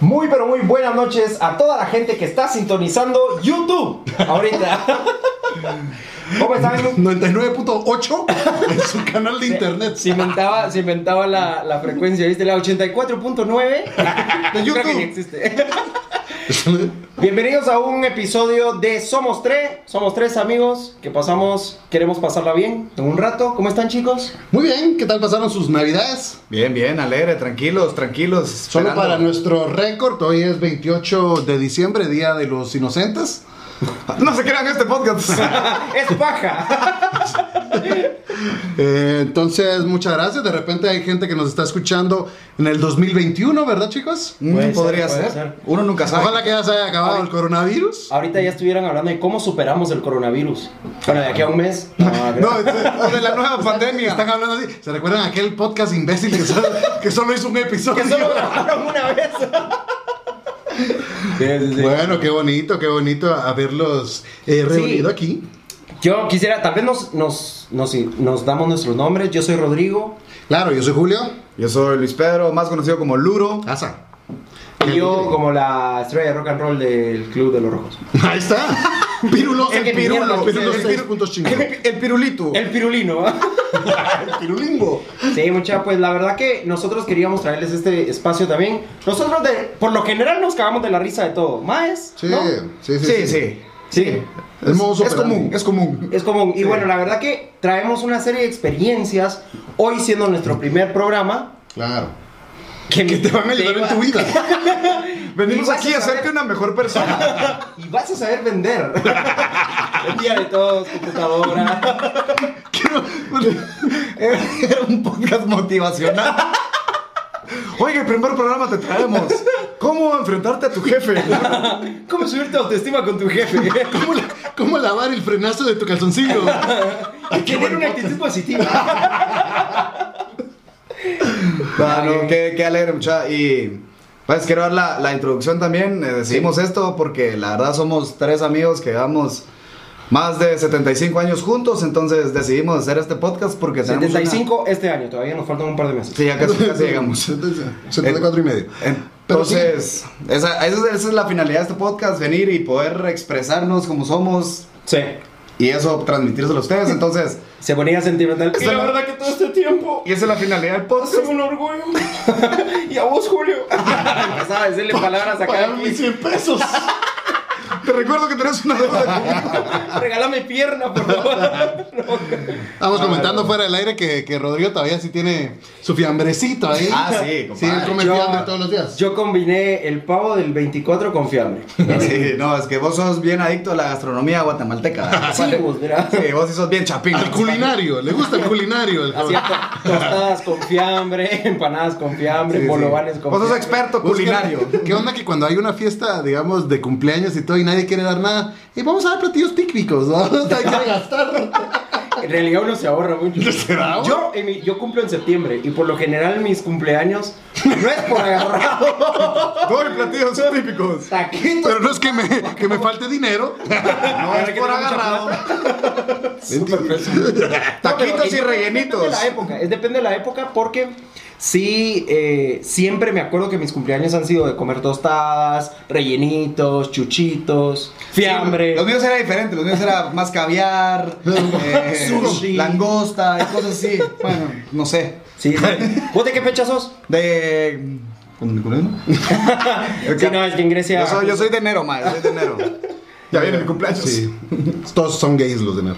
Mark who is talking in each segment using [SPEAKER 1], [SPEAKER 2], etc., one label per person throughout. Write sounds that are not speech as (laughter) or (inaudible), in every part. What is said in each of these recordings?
[SPEAKER 1] Muy, pero muy buenas noches a toda la gente que está sintonizando YouTube
[SPEAKER 2] (laughs)
[SPEAKER 1] ahorita. ¿Cómo están?
[SPEAKER 2] 99.8 en su canal de internet.
[SPEAKER 1] Se inventaba, se inventaba la, la frecuencia, ¿viste? La 84.9
[SPEAKER 2] De
[SPEAKER 1] Yo creo que ni
[SPEAKER 2] YouTube.
[SPEAKER 1] existe. Bienvenidos a un episodio de Somos Tres. Somos tres amigos que pasamos, queremos pasarla bien en un rato. ¿Cómo están, chicos?
[SPEAKER 2] Muy bien, ¿qué tal pasaron sus navidades?
[SPEAKER 3] Bien, bien, alegre, tranquilos, tranquilos.
[SPEAKER 2] Solo
[SPEAKER 3] esperando.
[SPEAKER 2] para nuestro récord, hoy es 28 de diciembre, Día de los Inocentes.
[SPEAKER 3] No se crean este podcast.
[SPEAKER 1] Ah, ¡Es paja!
[SPEAKER 2] Eh, entonces, muchas gracias. De repente hay gente que nos está escuchando en el 2021, ¿verdad chicos?
[SPEAKER 3] Mm,
[SPEAKER 1] Puede ser,
[SPEAKER 3] podría
[SPEAKER 1] puede
[SPEAKER 3] ser,
[SPEAKER 1] ser.
[SPEAKER 3] Uno nunca sabe.
[SPEAKER 2] Ojalá que ya se haya acabado el coronavirus.
[SPEAKER 1] Ahorita ya estuvieran hablando de cómo superamos el coronavirus. Bueno, de aquí a un mes. No,
[SPEAKER 2] No,
[SPEAKER 1] gracias.
[SPEAKER 2] es- es
[SPEAKER 3] De la nueva pandemia.
[SPEAKER 2] Están hablando así. ¿Se recuerdan aquel podcast imbécil que solo, que solo hizo un episodio?
[SPEAKER 1] que solo
[SPEAKER 2] (laughs)
[SPEAKER 1] grabaron una vez. Sí, sí, sí.
[SPEAKER 2] Bueno, qué bonito, qué bonito haberlos eh, reunido
[SPEAKER 1] Sí.
[SPEAKER 2] aquí.
[SPEAKER 1] Yo quisiera, tal vez nos, nos, nos, nos damos nuestros nombres. Yo soy Rodrigo.
[SPEAKER 2] Claro, yo soy Julio.
[SPEAKER 3] Yo soy Luis Pedro, más conocido como Luro.
[SPEAKER 2] Asa.
[SPEAKER 1] Y yo como la estrella de rock and roll del Club de los Rojos.
[SPEAKER 2] Ahí está. Pirulo,
[SPEAKER 1] El que mierda,
[SPEAKER 2] pirulo, pirulo,
[SPEAKER 1] el
[SPEAKER 2] seis puntos chingados.
[SPEAKER 3] El, el pirulito.
[SPEAKER 1] El pirulino. ¿ah?
[SPEAKER 2] El pirulingo.
[SPEAKER 1] Sí, mucha, pues la verdad que nosotros queríamos traerles este espacio también. Nosotros, de, por lo general, nos cagamos de la risa de todo. Maes,
[SPEAKER 2] (laughs) Sí,
[SPEAKER 1] ¿no?
[SPEAKER 2] sí, sí,
[SPEAKER 3] sí, sí.
[SPEAKER 1] Sí.
[SPEAKER 2] Es, modus
[SPEAKER 3] Es
[SPEAKER 2] operandi.
[SPEAKER 3] común,
[SPEAKER 1] (laughs)
[SPEAKER 3] es común.
[SPEAKER 1] Es común. Y bueno, la verdad que traemos una serie de experiencias. Hoy siendo nuestro primer programa.
[SPEAKER 2] Claro.
[SPEAKER 1] Que,
[SPEAKER 2] Que te van a ayudar en tu vida.
[SPEAKER 3] Venimos
[SPEAKER 1] Igual
[SPEAKER 3] aquí
[SPEAKER 1] se
[SPEAKER 3] a hacerte
[SPEAKER 1] sabe.
[SPEAKER 3] una mejor persona.
[SPEAKER 1] Y vas a saber (laughs) vender. El día de todos, computadora.
[SPEAKER 3] Eh, Era un podcast motivacional. Oiga, el primer programa te traemos. ¿Cómo enfrentarte a tu jefe?
[SPEAKER 1] ¿Cómo subir tu autoestima con tu (laughs) jefe?
[SPEAKER 2] ¿Cómo, la- (laughs) cómo lavar el frenazo de tu calzoncillo?
[SPEAKER 1] Y tener una actitud positiva.
[SPEAKER 3] Ah, no, qué, qué alegre, mucha. Y pues quiero dar la, la introducción también. Eh, decidimos esto porque la verdad somos tres amigos que llevamos más de 75 años juntos. Entonces decidimos hacer este podcast porque tenemos. una-
[SPEAKER 1] 75 este año, todavía nos faltan un par de meses.
[SPEAKER 3] Sí, ya casi,
[SPEAKER 2] (laughs)
[SPEAKER 3] casi (laughs) llegamos.
[SPEAKER 2] 74 y medio. Pero sí.
[SPEAKER 3] Entonces, esa, esa es- esa es la finalidad de este podcast: venir y poder expresarnos como somos
[SPEAKER 1] Sí.
[SPEAKER 3] y eso transmitírselo a ustedes. Entonces,
[SPEAKER 1] Se ponía sentimental.
[SPEAKER 3] Y la verdad
[SPEAKER 1] que todo este tiempo
[SPEAKER 3] y esa es la finalidad del podcast.
[SPEAKER 1] un orgullo. y a vos, Julio. (laughs) Empezaba a decirle palabras acá.
[SPEAKER 2] Pagaron mis 100 pesos.
[SPEAKER 3] Te recuerdo que tenés una deuda
[SPEAKER 1] (laughs)
[SPEAKER 3] conmigo.
[SPEAKER 1] Regálame pierna, por favor.
[SPEAKER 2] Estamos comentando fuera del aire que, que Rodrigo todavía sí tiene su fiambrecito ahí.
[SPEAKER 3] Ah, sí,
[SPEAKER 2] Sí, él
[SPEAKER 3] compadre.
[SPEAKER 2] come
[SPEAKER 1] Yo-
[SPEAKER 2] fiambre todos los
[SPEAKER 1] (laughs)
[SPEAKER 2] días.
[SPEAKER 1] Yo combiné el pavo del 24 con fiambre.
[SPEAKER 3] (laughs) Sí, no, es que vos sos bien adicto a la gastronomía guatemalteca.
[SPEAKER 1] Sí, vos, mira.
[SPEAKER 3] Sí, vos sí sos bien chapín.
[SPEAKER 2] Al culinario, le gusta el culinario. El joven.
[SPEAKER 1] Hacía to- tostadas con fiambre, (laughs) empanadas con fiambre,
[SPEAKER 3] Sí, sí.
[SPEAKER 1] bolovanes con
[SPEAKER 3] Vos sos
[SPEAKER 1] fiambre.
[SPEAKER 3] experto
[SPEAKER 2] Busca- (laughs)
[SPEAKER 3] culinario.
[SPEAKER 2] ¿Qué onda que cuando hay una fiesta, digamos, de cumpleaños y todo y nadie quiere dar nada? Y vamos a dar platillos típicos, (laughs) vamos a gastar.
[SPEAKER 1] En realidad uno se ahorra mucho.
[SPEAKER 2] ¿Será?
[SPEAKER 1] Yo, en mi- yo cumplo en septiembre y por lo general mis cumpleaños no es por agarrado.
[SPEAKER 3] Doy platillos típicos.
[SPEAKER 1] Taquitos.
[SPEAKER 2] Pero no es que me, que me falte dinero. (laughs)
[SPEAKER 3] No es por agarrado. Taquitos y
[SPEAKER 1] Depende de
[SPEAKER 3] rellenitos.
[SPEAKER 1] la época, es depende de la época porque sí, eh, siempre me acuerdo que mis cumpleaños han sido de comer tostadas, rellenitos, chuchitos, fiambre.
[SPEAKER 3] Los míos era diferente, los míos era más caviar, eh,
[SPEAKER 1] Sushi.
[SPEAKER 3] (laughs) langosta y cosas así. Bueno, no sé.
[SPEAKER 1] Sí, sí. ¿Vos de qué fecha sos?
[SPEAKER 3] De. ¿Comuniculeno?
[SPEAKER 1] Sí, no, es que en Grecia.
[SPEAKER 3] Yo soy, yo soy de enero, madre, soy de enero. Ya viene mi cumpleaños.
[SPEAKER 2] Sí. Todos son gays los de enero.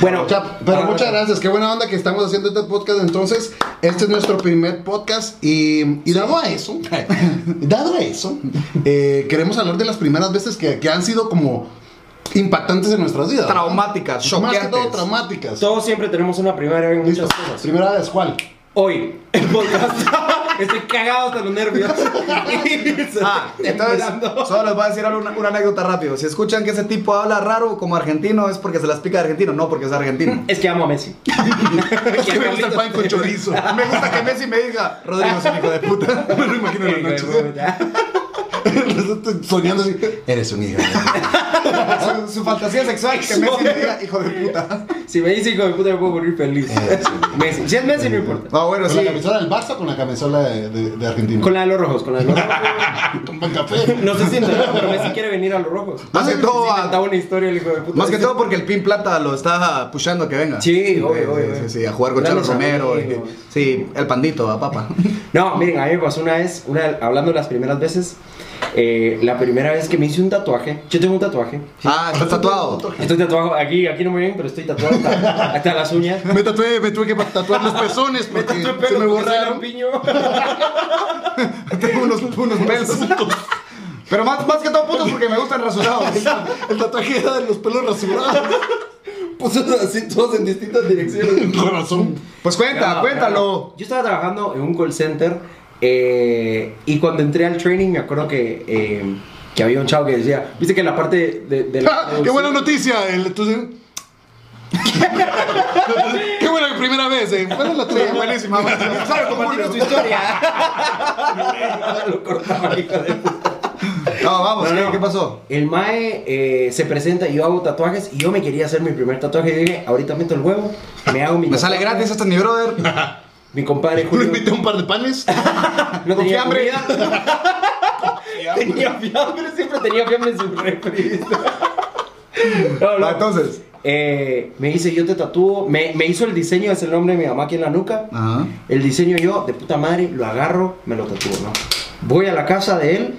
[SPEAKER 1] Bueno,
[SPEAKER 2] Mucha- pero
[SPEAKER 1] ah,
[SPEAKER 2] muchas gracias, qué buena onda que estamos haciendo este podcast. Entonces, este es nuestro primer podcast y, y dado a eso, (laughs) dado a eso, eh, queremos hablar de las primeras veces que, que han sido como impactantes en nuestras vidas. ¿verdad?
[SPEAKER 3] Traumáticas,
[SPEAKER 2] Más que
[SPEAKER 3] choqueantes.
[SPEAKER 2] todo traumáticas.
[SPEAKER 1] Todos siempre tenemos una primera en muchas
[SPEAKER 2] Listo.
[SPEAKER 1] cosas.
[SPEAKER 2] Primera vez, ¿cuál?
[SPEAKER 1] Hoy, el podcast. (laughs) Estoy cagado hasta los
[SPEAKER 3] (laughs)
[SPEAKER 1] nervios.
[SPEAKER 3] Ah, entonces,
[SPEAKER 1] Temblando.
[SPEAKER 3] solo les voy a decir una, una anécdota rápido. Si escuchan que ese tipo habla raro como argentino, es porque se las pica de argentino, no porque es argentino.
[SPEAKER 1] Es que amo a
[SPEAKER 3] (laughs)
[SPEAKER 1] Messi. (laughs)
[SPEAKER 2] Es que me gusta el pan con chorizo.
[SPEAKER 3] Me gusta que Messi me diga, Rodrigo es un hijo de puta. (laughs)
[SPEAKER 1] Eh,
[SPEAKER 2] Me lo imagino en la
[SPEAKER 1] Hijo de
[SPEAKER 2] noche.
[SPEAKER 1] puta.
[SPEAKER 2] (laughs) Soñando así, eres un hijo.
[SPEAKER 3] su, su fantasía sexual que Messi me diga, hijo de puta.
[SPEAKER 1] Si me dice hijo de puta, me puedo morir feliz.
[SPEAKER 3] Eh,
[SPEAKER 1] Messi. Si es Messi, no importa.
[SPEAKER 3] No, bueno,
[SPEAKER 2] ¿Con
[SPEAKER 3] sí.
[SPEAKER 2] la camisola del Barça o con la camisola de, de- de Argentina?
[SPEAKER 1] Con la de los rojos, con la de los rojos.
[SPEAKER 2] Con pan café.
[SPEAKER 1] No sé si entenderá, pero Messi quiere venir a los rojos.
[SPEAKER 3] Más que
[SPEAKER 1] Ah, Sí,
[SPEAKER 3] todo a-
[SPEAKER 1] inventaba una historia el hijo de puta.
[SPEAKER 3] ah, Más que todo porque el Pin Plata lo está pushando a que venga.
[SPEAKER 1] Sí, obvio,
[SPEAKER 3] sí,
[SPEAKER 1] obvio,
[SPEAKER 3] sí,
[SPEAKER 1] obvio.
[SPEAKER 3] sí, a jugar con Chalo
[SPEAKER 1] Grandes
[SPEAKER 3] Romero. y-
[SPEAKER 1] amigos.
[SPEAKER 3] sí, el pandito, a papa.
[SPEAKER 1] No, miren, a mí me pasó una vez, una, hablando de las primeras veces, eh, la primera vez que me hice un tatuaje, yo tengo un tatuaje,
[SPEAKER 3] Ah,
[SPEAKER 1] (laughs)
[SPEAKER 3] está tatuado.
[SPEAKER 1] estoy tatuado, aquí, aquí no me ven, pero estoy tatuado hasta, hasta las uñas.
[SPEAKER 2] Me tatué, me tuve que tatuar los pezones porque se me borraron.
[SPEAKER 3] Tengo unos, (laughs) unos pelos. Pero más, más que todo putos porque me
[SPEAKER 1] (laughs)
[SPEAKER 3] gustan rasurados.
[SPEAKER 2] El tatuaje era de los pelos rasurados.
[SPEAKER 1] (laughs) Puso así todos en distintas direcciones.
[SPEAKER 2] (laughs) Con razón.
[SPEAKER 3] Pues (laughs) cuenta, cuéntalo.
[SPEAKER 1] Yo estaba trabajando en un call center eh, y cuando entré al training me acuerdo que, eh, que había un chavo que decía, viste que en la parte de,
[SPEAKER 3] (laughs)
[SPEAKER 1] de
[SPEAKER 3] Ah,
[SPEAKER 1] la...
[SPEAKER 2] ¡Qué buena noticia! El, entonces- ¡Qué buena primera vez! Eh. Bueno, la tuya.
[SPEAKER 3] Buenísima. ¿Sabes compartir tu
[SPEAKER 1] (laughs) Lo cortaba, hijo de puta.
[SPEAKER 3] No, vamos,
[SPEAKER 1] No,
[SPEAKER 3] ¿qué,
[SPEAKER 1] no.
[SPEAKER 3] qué pasó?
[SPEAKER 1] El Mae eh, se presenta y yo hago tatuajes y yo me quería hacer mi primer tatuaje. Y dije, ahorita meto el huevo, me hago mi
[SPEAKER 3] Me sale
[SPEAKER 1] tatuaje.
[SPEAKER 3] gratis, este es mi (laughs) brother.
[SPEAKER 1] Mi
[SPEAKER 3] (laughs)
[SPEAKER 1] compadre
[SPEAKER 2] Le
[SPEAKER 1] Julio
[SPEAKER 2] invité un par de panes.
[SPEAKER 1] no
[SPEAKER 3] con
[SPEAKER 1] tenía
[SPEAKER 3] fiambre.
[SPEAKER 1] comida. (laughs) tenía fiambre, siempre tenía fiambre en su refri. (laughs) No, no.
[SPEAKER 3] Va, entonces.
[SPEAKER 1] Eh, me dice, yo te tatúo. Me, me hizo el diseño, es el nombre de mi mamá aquí en la nuca.
[SPEAKER 3] Ajá.
[SPEAKER 1] El diseño yo, de puta madre, lo agarro, me lo tatúo, ¿no? Voy a la casa de él,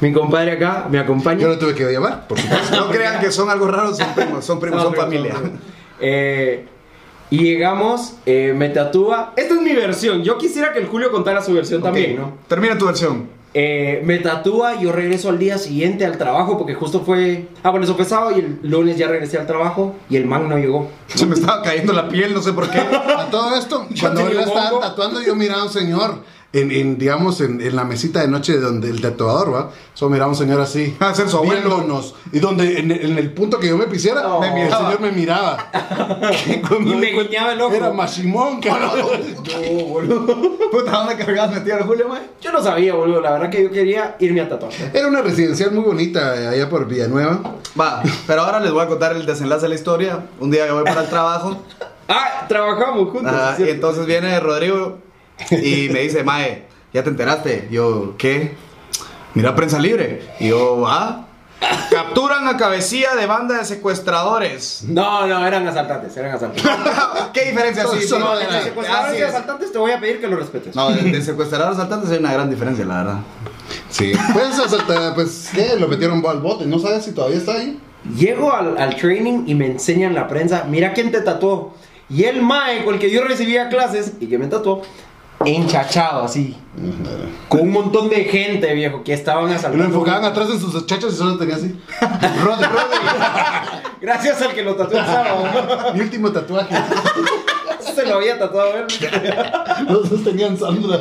[SPEAKER 1] mi compadre acá me acompaña.
[SPEAKER 2] Yo lo tuve que llamar, por supuesto.
[SPEAKER 3] No crean que son algo raro, son primos, son primos, son
[SPEAKER 1] No,
[SPEAKER 3] familia.
[SPEAKER 1] no, no, no. Eh, y llegamos, eh, me tatúa. Esta es mi versión. Yo quisiera que el Julio contara su versión también,
[SPEAKER 3] Ok,
[SPEAKER 1] ¿no?
[SPEAKER 3] Termina tu versión.
[SPEAKER 1] Eh, me tatúa, yo regreso al día siguiente al trabajo porque justo fue. Ah, bueno, eso fue sábado y el lunes ya regresé al trabajo y el man no llegó.
[SPEAKER 3] Se me estaba cayendo la piel, no sé por (laughs) qué.
[SPEAKER 2] A todo esto, (laughs) cuando
[SPEAKER 1] tenía
[SPEAKER 2] me la
[SPEAKER 1] un
[SPEAKER 2] estaban
[SPEAKER 1] hongo.
[SPEAKER 2] tatuando, yo miraba a un señor. En, en, digamos, en, en la mesita de noche donde el tatuador va, solo miraba a un señor así.
[SPEAKER 3] Ah, ser su abuelo.
[SPEAKER 2] viéndonos. Y donde en, el- en el punto que yo me pisara,
[SPEAKER 1] No.
[SPEAKER 2] me miraba. el señor me (laughs) miraba. Cuando
[SPEAKER 1] Y me
[SPEAKER 2] di cuenta,
[SPEAKER 1] guiñaba el ojo.
[SPEAKER 2] Era Mashimón, (laughs) cabrón.
[SPEAKER 3] Puta, ¿dónde cargabas metido al Julio, mae?
[SPEAKER 1] Yo no sabía, boludo. La verdad que yo quería irme a tatuar.
[SPEAKER 2] Era una residencial muy bonita eh, allá por Villanueva.
[SPEAKER 3] Va, pero ahora les voy a contar el desenlace de la historia. Un día yo voy para el trabajo.
[SPEAKER 1] Ah, trabajamos juntos.
[SPEAKER 3] ajá,
[SPEAKER 1] ¿sí?
[SPEAKER 3] y entonces viene Rodrigo y me dice, Mae, ¿ya te enteraste? Yo, ¿qué? Mira prensa libre. Y yo, ah. Capturan a cabecilla de banda de secuestradores.
[SPEAKER 1] No, no, eran asaltantes, eran asaltantes.
[SPEAKER 3] (laughs) ¿Qué diferencia? Sí,
[SPEAKER 2] Solo
[SPEAKER 3] no,
[SPEAKER 2] de
[SPEAKER 3] de
[SPEAKER 2] la-
[SPEAKER 1] Secuestradores
[SPEAKER 3] así
[SPEAKER 1] y
[SPEAKER 3] es.
[SPEAKER 1] asaltantes, te voy a pedir que lo respetes.
[SPEAKER 3] No, de, de secuestradores saltantes hay una gran diferencia, la verdad.
[SPEAKER 2] Sí. Pues, hasta, pues, ¿qué? Lo metieron al bote. No sabes si todavía está ahí.
[SPEAKER 1] Llego al, al training y me enseñan la prensa, mira quién te tatuó. Y el mae con el que yo recibía clases y que me tatuó, enchachado así, con un montón de gente, viejo, que estaban
[SPEAKER 2] Y lo
[SPEAKER 1] asaltando.
[SPEAKER 2] enfocaban atrás en sus chachas y solo tenía así. Rodri, Rodri.
[SPEAKER 1] Gracias al que lo tatuó el sábado.
[SPEAKER 2] Mi último tatuaje.
[SPEAKER 1] (laughs) Se lo había tatuado ¿eh? él.
[SPEAKER 2] Los dos tenían Sandra.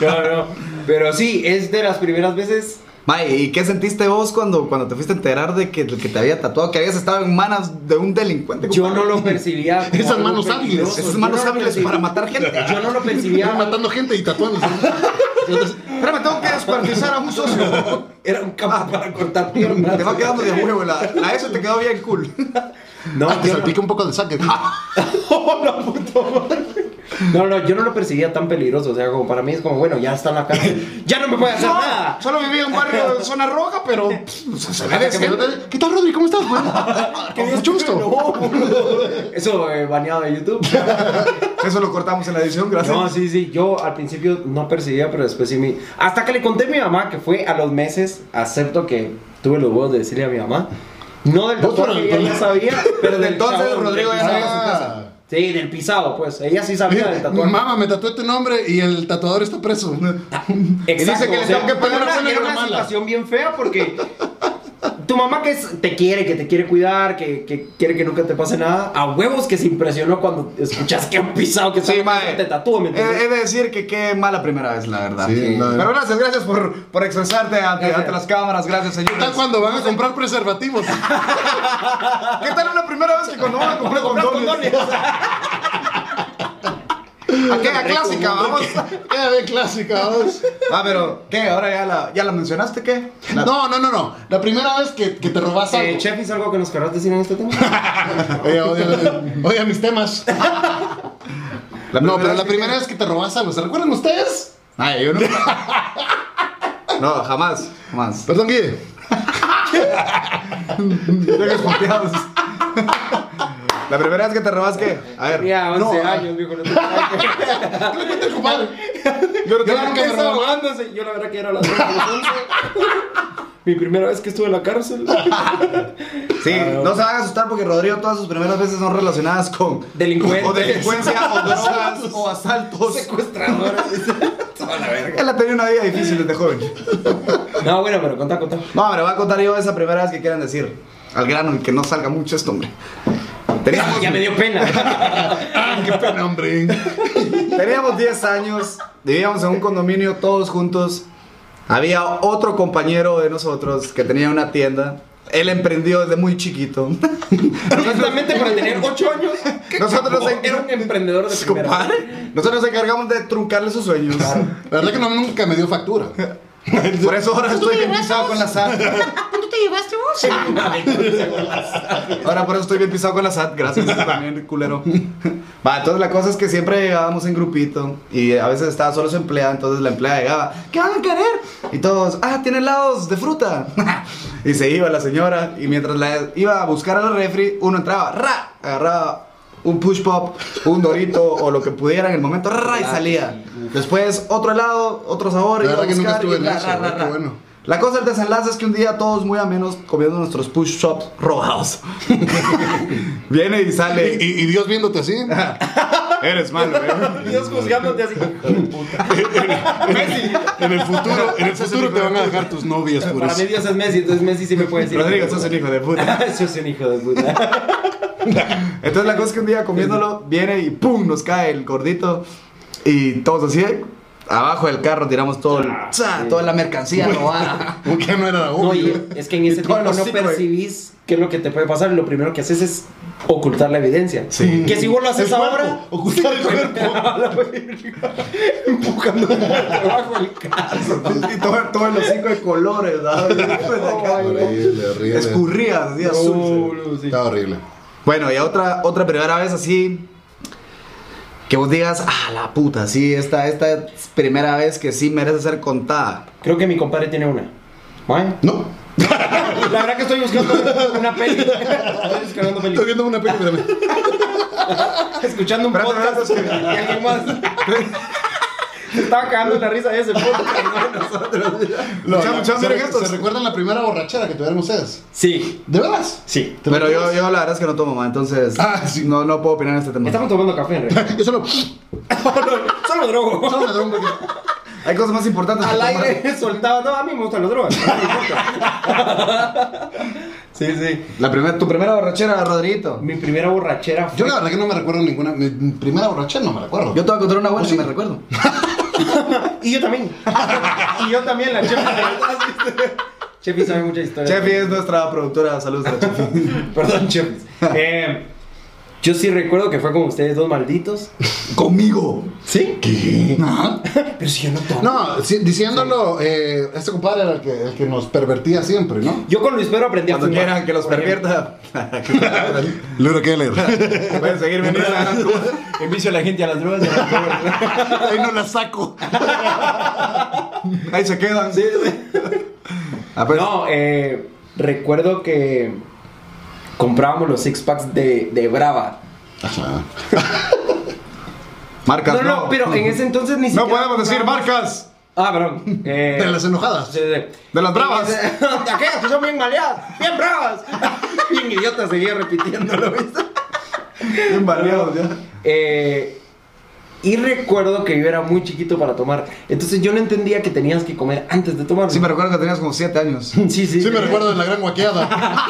[SPEAKER 1] No, no. Pero sí, es de las primeras veces.
[SPEAKER 3] Mae, ¿y qué sentiste vos cuando, cuando te fuiste a enterar de que, que te había tatuado, que habías estado en manos de un delincuente?
[SPEAKER 1] Yo
[SPEAKER 3] compadre?
[SPEAKER 1] no lo
[SPEAKER 3] (laughs)
[SPEAKER 1] percibía. como
[SPEAKER 2] Esas
[SPEAKER 1] algo
[SPEAKER 2] manos hábiles,
[SPEAKER 1] peligroso.
[SPEAKER 3] Esas
[SPEAKER 1] Yo
[SPEAKER 3] manos
[SPEAKER 1] no lo
[SPEAKER 3] hábiles
[SPEAKER 1] percibí-
[SPEAKER 3] para matar gente.
[SPEAKER 1] Yo no lo
[SPEAKER 2] Iban
[SPEAKER 3] (laughs)
[SPEAKER 1] percibía.
[SPEAKER 2] matando gente y tatuándose.
[SPEAKER 3] Espérame, tengo que descuartizar a un socio.
[SPEAKER 1] Era un campo para cortar piernas.
[SPEAKER 3] Te va quedando de huevo, la, la S te quedó bien cool. (laughs)
[SPEAKER 1] No,
[SPEAKER 2] Ah, te
[SPEAKER 1] yo no-
[SPEAKER 2] salpica un poco de sangre.
[SPEAKER 3] Ah.
[SPEAKER 1] (laughs) No, no, yo no lo percibía tan peligroso. O sea, como para mí es como, bueno, ya está en la cárcel. ya no me puede hacer nada.
[SPEAKER 3] solo vivía en un barrio de zona roja, pero pff, se se ve decente.
[SPEAKER 2] ¿Qué tal, Rodri? ¿Cómo estás,
[SPEAKER 3] (laughs)
[SPEAKER 2] güey? Con mucho gusto.
[SPEAKER 1] No. (laughs) Eso eh, baneado de YouTube.
[SPEAKER 3] Eso lo cortamos en la edición, gracias.
[SPEAKER 1] No, sí, sí. Yo al principio no percibía, pero después sí me. Hasta que le conté a mi mamá, que fue a los meses, acepto que tuve los huevos de decirle a mi mamá. No del
[SPEAKER 2] Vos,
[SPEAKER 1] doctor,
[SPEAKER 2] pero-
[SPEAKER 1] ella ya sabía. Pero
[SPEAKER 3] Desde
[SPEAKER 1] del
[SPEAKER 3] entonces,
[SPEAKER 1] chabón,
[SPEAKER 3] Rodrigo
[SPEAKER 1] del
[SPEAKER 3] ya
[SPEAKER 1] pisado.
[SPEAKER 3] sabía.
[SPEAKER 2] Ah.
[SPEAKER 1] Sí, del pisado, pues. Ella sí sabía del
[SPEAKER 2] Mira,
[SPEAKER 1] tatuaje.
[SPEAKER 2] Mamá, me tatué tu nombre y el tatuador está preso.
[SPEAKER 1] Exacto,
[SPEAKER 3] Y dice que
[SPEAKER 1] o
[SPEAKER 3] le
[SPEAKER 1] sea,
[SPEAKER 3] tengo que
[SPEAKER 1] era
[SPEAKER 3] pagar una
[SPEAKER 1] una,
[SPEAKER 3] buena y
[SPEAKER 1] era
[SPEAKER 3] una
[SPEAKER 1] una
[SPEAKER 3] mala.
[SPEAKER 1] situación bien fea porque tu mamá que es- te quiere, que te quiere cuidar, que, que quiere que nunca te pase nada, a huevos que se impresionó cuando escuchas que un pisado que
[SPEAKER 3] Sí,
[SPEAKER 1] sale
[SPEAKER 3] mae. Eh,
[SPEAKER 1] te tatúa, ¿me
[SPEAKER 3] He,
[SPEAKER 1] entiendes?
[SPEAKER 3] he de decir que qué mala primera vez, la verdad.
[SPEAKER 2] Sí, la-
[SPEAKER 3] Pero gracias, gracias por, por expresarte ante, ante las cámaras. Gracias, señor.
[SPEAKER 2] Tal cuando van a comprar preservativos.
[SPEAKER 3] (laughs) ¿Qué tal una primera vez que cuando van a comprar condones? Aquella clásica, vamos.
[SPEAKER 2] Era de clásica, vamos.
[SPEAKER 3] Ah, pero, ¿qué? ¿Ahora ya la, ya la mencionaste, qué? La-
[SPEAKER 2] No, no, no, no. La primera vez que, que te robas
[SPEAKER 1] Eh,
[SPEAKER 2] algo. (laughs)
[SPEAKER 1] chef, ¿hizo algo que nos querrás decir en este tema?
[SPEAKER 3] (laughs)
[SPEAKER 2] Eh, odia, odia mis temas.
[SPEAKER 3] la
[SPEAKER 2] no, pero
[SPEAKER 3] vez
[SPEAKER 2] la
[SPEAKER 3] que-
[SPEAKER 2] primera vez que te robas algo, ¿se recuerdan ustedes? (laughs)
[SPEAKER 3] Ay, yo no. No, jamás, jamás.
[SPEAKER 2] Perdón, Guille.
[SPEAKER 3] Dejes punteados. (laughs) La primera vez que te robas, ¿qué? A ver.
[SPEAKER 1] Tenía 11
[SPEAKER 2] no, ah.
[SPEAKER 1] años, viejo. no te
[SPEAKER 3] (laughs)
[SPEAKER 1] creas que-
[SPEAKER 3] Yo no
[SPEAKER 1] Yo
[SPEAKER 3] tengo
[SPEAKER 1] nunca
[SPEAKER 2] nunca me
[SPEAKER 1] me
[SPEAKER 2] robé.
[SPEAKER 1] ahogándose. Yo la verdad que era la (laughs) Mi primera vez que estuve en la
[SPEAKER 3] (laughs)
[SPEAKER 1] cárcel.
[SPEAKER 3] Sí,
[SPEAKER 1] Ah,
[SPEAKER 3] no se van a asustar porque Rodrigo todas sus primeras veces son relacionadas con
[SPEAKER 1] Delincuentes.
[SPEAKER 3] o
[SPEAKER 1] (laughs)
[SPEAKER 3] delincuencia o drogas o asaltos.
[SPEAKER 1] Secuestradores.
[SPEAKER 3] (laughs) Él ha tenido una vida difícil desde joven.
[SPEAKER 1] No, bueno, pero contá, contá.
[SPEAKER 3] No, pero va a contar yo esa primera vez que quieran decir. Al grano y que no salga mucho esto, hombre. Teníamos,
[SPEAKER 1] Ya me dio
[SPEAKER 3] (laughs)
[SPEAKER 1] pena.
[SPEAKER 2] Ah, qué pena, hombre.
[SPEAKER 3] teníamos 10 años, vivíamos en un condominio todos juntos. Había otro compañero de nosotros que tenía una tienda. Él emprendió desde muy chiquito. (laughs)
[SPEAKER 1] Honestamente, para tener 8 años,
[SPEAKER 3] Nosotros en-
[SPEAKER 1] era un emprendedor de primera. vez.
[SPEAKER 3] Compadre, nosotros nos encargamos de truncarle sus sueños.
[SPEAKER 2] La verdad que no, nunca me dio factura.
[SPEAKER 3] Por eso ahora estoy bien pisado con la SAT.
[SPEAKER 4] ¿Dónde te llevaste vos? Ah,
[SPEAKER 3] (laughs) Ahora por eso estoy bien pisado con la SAT. Gracias (laughs) también, culero. Va, entonces la cosa es que siempre llegábamos en grupito y a veces estaba solo su empleada. Entonces la empleada llegaba, ¿qué van a querer? Y todos, ah, tiene helados de fruta. (laughs) Y se iba la señora y mientras la iba a buscar al refri, uno entraba, ra, agarraba un push pop, un dorito o lo que pudiera en el momento, ra, y salía. Después otro helado, otro sabor.
[SPEAKER 2] La
[SPEAKER 3] iba a
[SPEAKER 2] verdad que nunca
[SPEAKER 3] buscar
[SPEAKER 2] estuve
[SPEAKER 3] y
[SPEAKER 2] en
[SPEAKER 3] ra,
[SPEAKER 2] eso,
[SPEAKER 3] ra,
[SPEAKER 2] güey,
[SPEAKER 3] ra,
[SPEAKER 2] qué
[SPEAKER 3] ra.
[SPEAKER 2] bueno.
[SPEAKER 3] La cosa del desenlace es que un día todos muy a menos comiendo nuestros push shops robados. Viene y
[SPEAKER 2] Y,
[SPEAKER 3] sale.
[SPEAKER 2] y- y Dios viéndote así.
[SPEAKER 3] Eres malo, ¿eh?
[SPEAKER 1] Dios juzgándote así. Messi.
[SPEAKER 2] En el futuro, en el futuro te van a dejar tus novias por
[SPEAKER 1] Para mí
[SPEAKER 2] eso.
[SPEAKER 1] Dios es Messi, entonces Messi (laughs) sí me puede decir.
[SPEAKER 3] Rodrigo, sos un hijo de puta.
[SPEAKER 1] (laughs) Sos un hijo de puta.
[SPEAKER 3] Entonces la cosa es que un día comiéndolo viene y ¡pum! nos cae el gordito. Y todos así, ¿eh? abajo del carro tiramos todo el- ¡Tsa! toda la mercancía Ah.
[SPEAKER 2] (laughs)
[SPEAKER 3] robada.
[SPEAKER 2] Porque no era
[SPEAKER 1] No, y
[SPEAKER 2] obvio.
[SPEAKER 1] es que en ese
[SPEAKER 3] Y todo
[SPEAKER 1] tiempo
[SPEAKER 3] el
[SPEAKER 1] no
[SPEAKER 3] hocico, güey.
[SPEAKER 1] percibís qué es lo que te puede pasar. y Lo primero que haces es ocultar la evidencia.
[SPEAKER 3] Sí.
[SPEAKER 1] Que si vos lo haces
[SPEAKER 2] El cuerpo,
[SPEAKER 1] ahora.
[SPEAKER 2] Ocultar el cuerpo.
[SPEAKER 1] Empujando debajo (laughs) del carro.
[SPEAKER 3] (laughs) y todo, todo el hocico de colores, ¿verdad?
[SPEAKER 2] Horrible, horrible.
[SPEAKER 3] Escurría, así azul.
[SPEAKER 1] Oh,
[SPEAKER 2] Está horrible.
[SPEAKER 3] Bueno, y otra, otra primera vez así. Que vos digas, ah, la puta, sí, esta, esta es primera vez que sí merece ser contada.
[SPEAKER 1] Creo que mi compadre tiene una. Mae,
[SPEAKER 2] No.
[SPEAKER 1] La verdad que estoy buscando (laughs) una peli. Estoy buscando
[SPEAKER 2] Estoy
[SPEAKER 1] peli.
[SPEAKER 2] viendo una película. (laughs) espérame.
[SPEAKER 1] Escuchando un
[SPEAKER 3] Espérate,
[SPEAKER 1] podcast y
[SPEAKER 3] espérate.
[SPEAKER 1] alguien más. Se estaba cagando en la risa de ese podcast. ¿no? Nosotros.
[SPEAKER 2] No,
[SPEAKER 3] Chamo,
[SPEAKER 2] no,
[SPEAKER 3] chamo,
[SPEAKER 2] ¿se,
[SPEAKER 3] miren
[SPEAKER 2] re-
[SPEAKER 3] estos.
[SPEAKER 2] ¿Se recuerdan la primera borrachera que tuvieron ustedes?
[SPEAKER 1] Sí,
[SPEAKER 2] ¿De veras?
[SPEAKER 1] sí.
[SPEAKER 2] ¿Te
[SPEAKER 3] Pero yo,
[SPEAKER 2] recuerdas?
[SPEAKER 3] yo la verdad es que no tomo, ma, entonces
[SPEAKER 2] Ah, sí.
[SPEAKER 3] no, no puedo opinar en este tema.
[SPEAKER 1] Estamos tomando café en (laughs) realidad.
[SPEAKER 2] (laughs) Yo solo.
[SPEAKER 1] Solo drogo.
[SPEAKER 2] solo me drogo porque-
[SPEAKER 3] Hay cosas más importantes. que
[SPEAKER 1] Al
[SPEAKER 3] tomar.
[SPEAKER 1] aire soltado. No, a mí me gustan las drogas. no me importa. Sí, sí.
[SPEAKER 3] La primera, tu primera borrachera, Rodriguito.
[SPEAKER 1] Mi primera borrachera fue.
[SPEAKER 2] Yo la verdad que no me recuerdo ninguna. Mi mi primera borrachera no me recuerdo.
[SPEAKER 3] Yo te voy a contar una buena, que me recuerdo.
[SPEAKER 1] Y yo también. (laughs) y yo también, la Chefi. Chefi sabe mucha historia.
[SPEAKER 3] Chefi es nuestra productora, saludos a
[SPEAKER 1] (laughs)
[SPEAKER 3] la Chefi.
[SPEAKER 1] Perdón, Chefi. Eh, yo sí recuerdo que fue con ustedes dos malditos.
[SPEAKER 3] Conmigo.
[SPEAKER 1] ¿Sí?
[SPEAKER 2] ¿Qué?
[SPEAKER 1] Pero si yo no tomo.
[SPEAKER 2] No, si- diciéndolo, eh, este compadre era el que, el que nos pervertía siempre, ¿no?
[SPEAKER 1] Yo con Luis Pedro aprendí
[SPEAKER 3] Cuando
[SPEAKER 1] a fumar.
[SPEAKER 3] quieran que los
[SPEAKER 1] Por ejemplo.
[SPEAKER 3] pervierta.
[SPEAKER 1] (laughs)
[SPEAKER 2] Luro Keller. (laughs)
[SPEAKER 3] Pueden seguirme en Instagram.
[SPEAKER 1] Envicio a la gente a las drogas. y a las drogas.
[SPEAKER 2] Ahí no la saco.
[SPEAKER 3] Ahí se quedan. Sí, Ah, pues,
[SPEAKER 1] no, eh, recuerdo que comprábamos los six packs de, de Brava.
[SPEAKER 3] Marcas.
[SPEAKER 1] No, no, pero en ese entonces ni
[SPEAKER 3] No
[SPEAKER 1] siquiera.
[SPEAKER 3] podemos decir
[SPEAKER 1] comprábamos-
[SPEAKER 3] marcas
[SPEAKER 1] Ah, perdón. Eh,
[SPEAKER 2] De las enojadas.
[SPEAKER 1] Sí, sí.
[SPEAKER 3] de las
[SPEAKER 1] (laughs)
[SPEAKER 3] bravas.
[SPEAKER 1] De aquellas que son bien maleadas, bien
[SPEAKER 3] (laughs)
[SPEAKER 1] bravas. Bien idiota, seguía repitiéndolo, ¿viste?
[SPEAKER 3] Bien barriados ya.
[SPEAKER 1] Eh, y recuerdo que yo era muy chiquito para tomar. Entonces yo no entendía que tenías que comer antes de tomar.
[SPEAKER 3] Sí, me recuerdo que tenías como 7 años.
[SPEAKER 1] sí, sí.
[SPEAKER 2] Sí me recuerdo de la gran (laughs) guaqueada.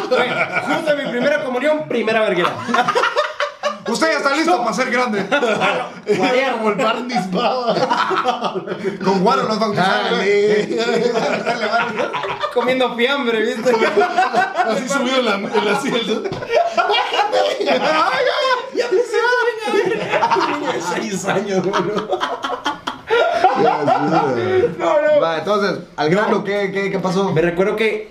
[SPEAKER 1] Fue Justo en mi primera comunión, primera verguera.
[SPEAKER 3] Usted ya está listo para ser grande.
[SPEAKER 2] Era como el Barney's (laughs) Brava.
[SPEAKER 3] Con Guaro nos bautizaron.
[SPEAKER 1] Comiendo fiambre,
[SPEAKER 3] (laughs)
[SPEAKER 1] ¿viste?
[SPEAKER 2] Así subido en la, en la silla.
[SPEAKER 1] Ya te se va a venir a ver. Un niño de seis 6 años, boludo.
[SPEAKER 3] No, no. Va, entonces, al grano, ¿qué, qué, qué pasó?
[SPEAKER 1] Me recuerdo que.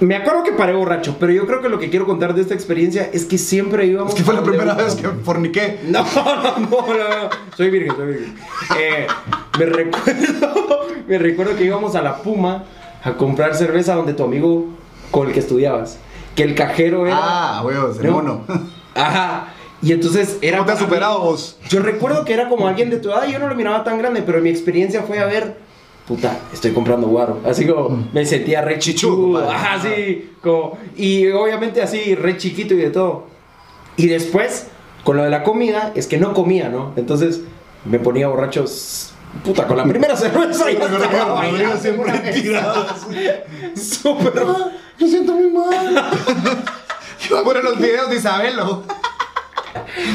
[SPEAKER 1] Me acuerdo que paré borracho, pero yo creo que lo que quiero contar de esta experiencia es que siempre íbamos.
[SPEAKER 3] Es que fue la
[SPEAKER 1] a donde
[SPEAKER 3] primera
[SPEAKER 1] un-
[SPEAKER 3] vez que forniqué.
[SPEAKER 1] (laughs) No, no, no, no, no. Soy virgen, soy virgen. Eh, me recuerdo. (laughs) Me recuerdo que íbamos a la Puma a comprar cerveza donde tu amigo con el que estudiabas. Que el cajero era.
[SPEAKER 3] Ah, huevos, el
[SPEAKER 1] No.
[SPEAKER 3] (laughs) mono.
[SPEAKER 1] Ajá. Y entonces era.
[SPEAKER 3] ¿Cómo te has
[SPEAKER 1] para mí-
[SPEAKER 3] superado vos?
[SPEAKER 1] Yo recuerdo que era como alguien de tu edad, yo no lo miraba tan grande, pero mi experiencia fue a ver, puta, estoy comprando guaro. Así como me sentía re
[SPEAKER 3] Chichudo,
[SPEAKER 1] chichudo,
[SPEAKER 3] padre.
[SPEAKER 1] ajá, sí, como, y obviamente así, re chiquito y de todo. Y después, con lo de la comida, es que no comía, ¿no? Entonces me ponía borracho, s- puta, con la primera (laughs) cerveza ya
[SPEAKER 2] Recuerdo que
[SPEAKER 1] estaba
[SPEAKER 2] Rodrigo
[SPEAKER 1] bailando,
[SPEAKER 2] siempre tirado así.
[SPEAKER 1] súper
[SPEAKER 2] Ah, Yo siento muy mal.
[SPEAKER 3] Fueron los videos de Isabelo.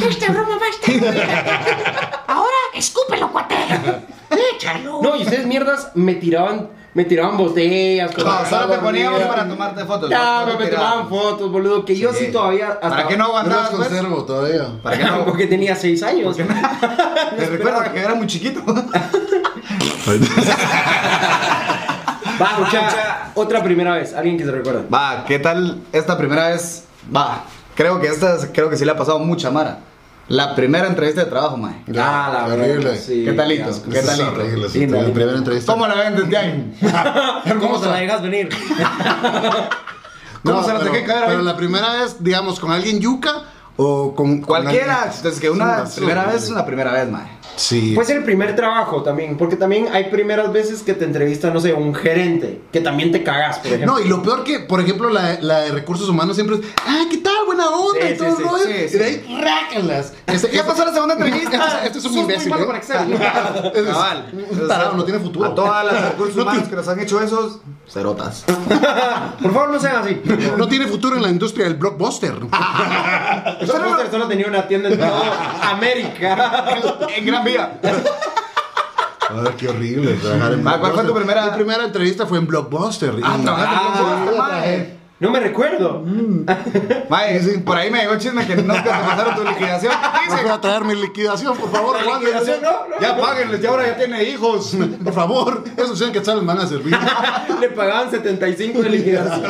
[SPEAKER 4] Esta broma va a estar
[SPEAKER 2] (laughs)
[SPEAKER 4] buena. Ahora escúpelo, cuate. Échalo.
[SPEAKER 1] No, y ustedes mierdas me tiraban, me tiraban botellas,
[SPEAKER 3] No, solo te poníamos
[SPEAKER 1] dormía.
[SPEAKER 3] para tomarte fotos.
[SPEAKER 1] Ya,
[SPEAKER 3] no,
[SPEAKER 1] me,
[SPEAKER 3] no te
[SPEAKER 1] tomaban
[SPEAKER 3] daban.
[SPEAKER 1] fotos, boludo, que yo
[SPEAKER 3] Sí.
[SPEAKER 1] sí todavía... hasta-
[SPEAKER 3] ¿Para
[SPEAKER 2] Yo
[SPEAKER 3] qué no
[SPEAKER 2] las
[SPEAKER 3] aguantabas? pues?
[SPEAKER 2] conservo todavía.
[SPEAKER 3] ¿Para qué (laughs)
[SPEAKER 1] (laughs)
[SPEAKER 3] no?
[SPEAKER 1] Porque tenía 6 años.
[SPEAKER 3] Te recuerdo que era muy chiquito. (laughs)
[SPEAKER 1] Va, muchacha,
[SPEAKER 3] muchacha.
[SPEAKER 1] Otra primera vez, alguien que se recuerda.
[SPEAKER 3] Va, ¿qué tal esta primera vez? Va, creo que esta, creo que sí le ha pasado mucha Mara. La primera entrevista de trabajo, mae.
[SPEAKER 2] Ya, horrible.
[SPEAKER 1] verga, sí.
[SPEAKER 3] ¿Qué talito?
[SPEAKER 1] asco.
[SPEAKER 3] ¿Qué
[SPEAKER 2] Eso es
[SPEAKER 3] talito?
[SPEAKER 2] horrible, sí,
[SPEAKER 1] Sí,
[SPEAKER 2] la
[SPEAKER 1] no.
[SPEAKER 2] primera entrevista.
[SPEAKER 3] ¿Cómo la ven
[SPEAKER 2] (laughs)
[SPEAKER 3] desde ahí?
[SPEAKER 1] ¿Cómo te la dejas (laughs) venir?
[SPEAKER 3] ¿Cómo se las dejé caer ahí?
[SPEAKER 2] Pero la primera vez, digamos, con alguien yuca o con. con
[SPEAKER 3] Cualquiera,
[SPEAKER 2] alguien-
[SPEAKER 3] entonces que una
[SPEAKER 2] Sí,
[SPEAKER 3] primera
[SPEAKER 2] sí,
[SPEAKER 3] vez es
[SPEAKER 2] sí.
[SPEAKER 3] una primera vez, mae.
[SPEAKER 2] Sí.
[SPEAKER 1] Puede ser el primer trabajo también, porque también hay primeras veces que te entrevista, no sé, un gerente, que también te cagas, por ejemplo.
[SPEAKER 2] No, y lo peor que, por ejemplo, la, la de recursos humanos siempre es, ah, ¿qué tal? Buena onda
[SPEAKER 1] Sí,
[SPEAKER 2] y
[SPEAKER 1] sí,
[SPEAKER 2] todo el
[SPEAKER 1] sí,
[SPEAKER 2] rollo.
[SPEAKER 3] sí,
[SPEAKER 2] y
[SPEAKER 3] sí.
[SPEAKER 2] de ahí, rácalas. Este,
[SPEAKER 3] ¿Qué
[SPEAKER 2] este-
[SPEAKER 3] pasó la segunda entrevista?
[SPEAKER 2] Este, este es
[SPEAKER 1] Sos
[SPEAKER 2] un
[SPEAKER 1] muy
[SPEAKER 2] imbécil.
[SPEAKER 1] malo
[SPEAKER 2] ¿eh?
[SPEAKER 1] para
[SPEAKER 2] (laughs)
[SPEAKER 1] Excel.
[SPEAKER 2] Este es
[SPEAKER 3] Cabal.
[SPEAKER 2] Un tarado, no tiene futuro.
[SPEAKER 3] A todas (laughs) las recursos humanos que nos han hecho esos, cerotas.
[SPEAKER 1] Por favor, no sean
[SPEAKER 3] (laughs)
[SPEAKER 1] así.
[SPEAKER 2] No tiene futuro en la industria del (laughs) blockbuster.
[SPEAKER 1] Usted no- solo tenía una tienda en toda América.
[SPEAKER 3] (laughs) En Gran Vía.
[SPEAKER 2] Ah, qué horrible trabajar en
[SPEAKER 3] Ah, ¿cuál fue tu
[SPEAKER 2] Blockbuster.
[SPEAKER 3] primera?
[SPEAKER 2] Mi primera entrevista fue en Blockbuster. y-
[SPEAKER 3] Ah, trabajaste en Blockbuster, mae.
[SPEAKER 1] No me recuerdo.
[SPEAKER 3] Mae, por ahí me llegó el chisme que nunca te pasaron tu (laughs) liquidación.
[SPEAKER 2] No
[SPEAKER 3] Dice,
[SPEAKER 2] voy a traer mi liquidación, por favor, Juan.
[SPEAKER 1] liquidación, no, (laughs) no.
[SPEAKER 3] ya páguenles, ya ahora ya tiene (laughs) hijos.
[SPEAKER 2] Por favor, esos 100 quetzales me van a (laughs) servir.
[SPEAKER 1] Le pagaban 75 de liquidación.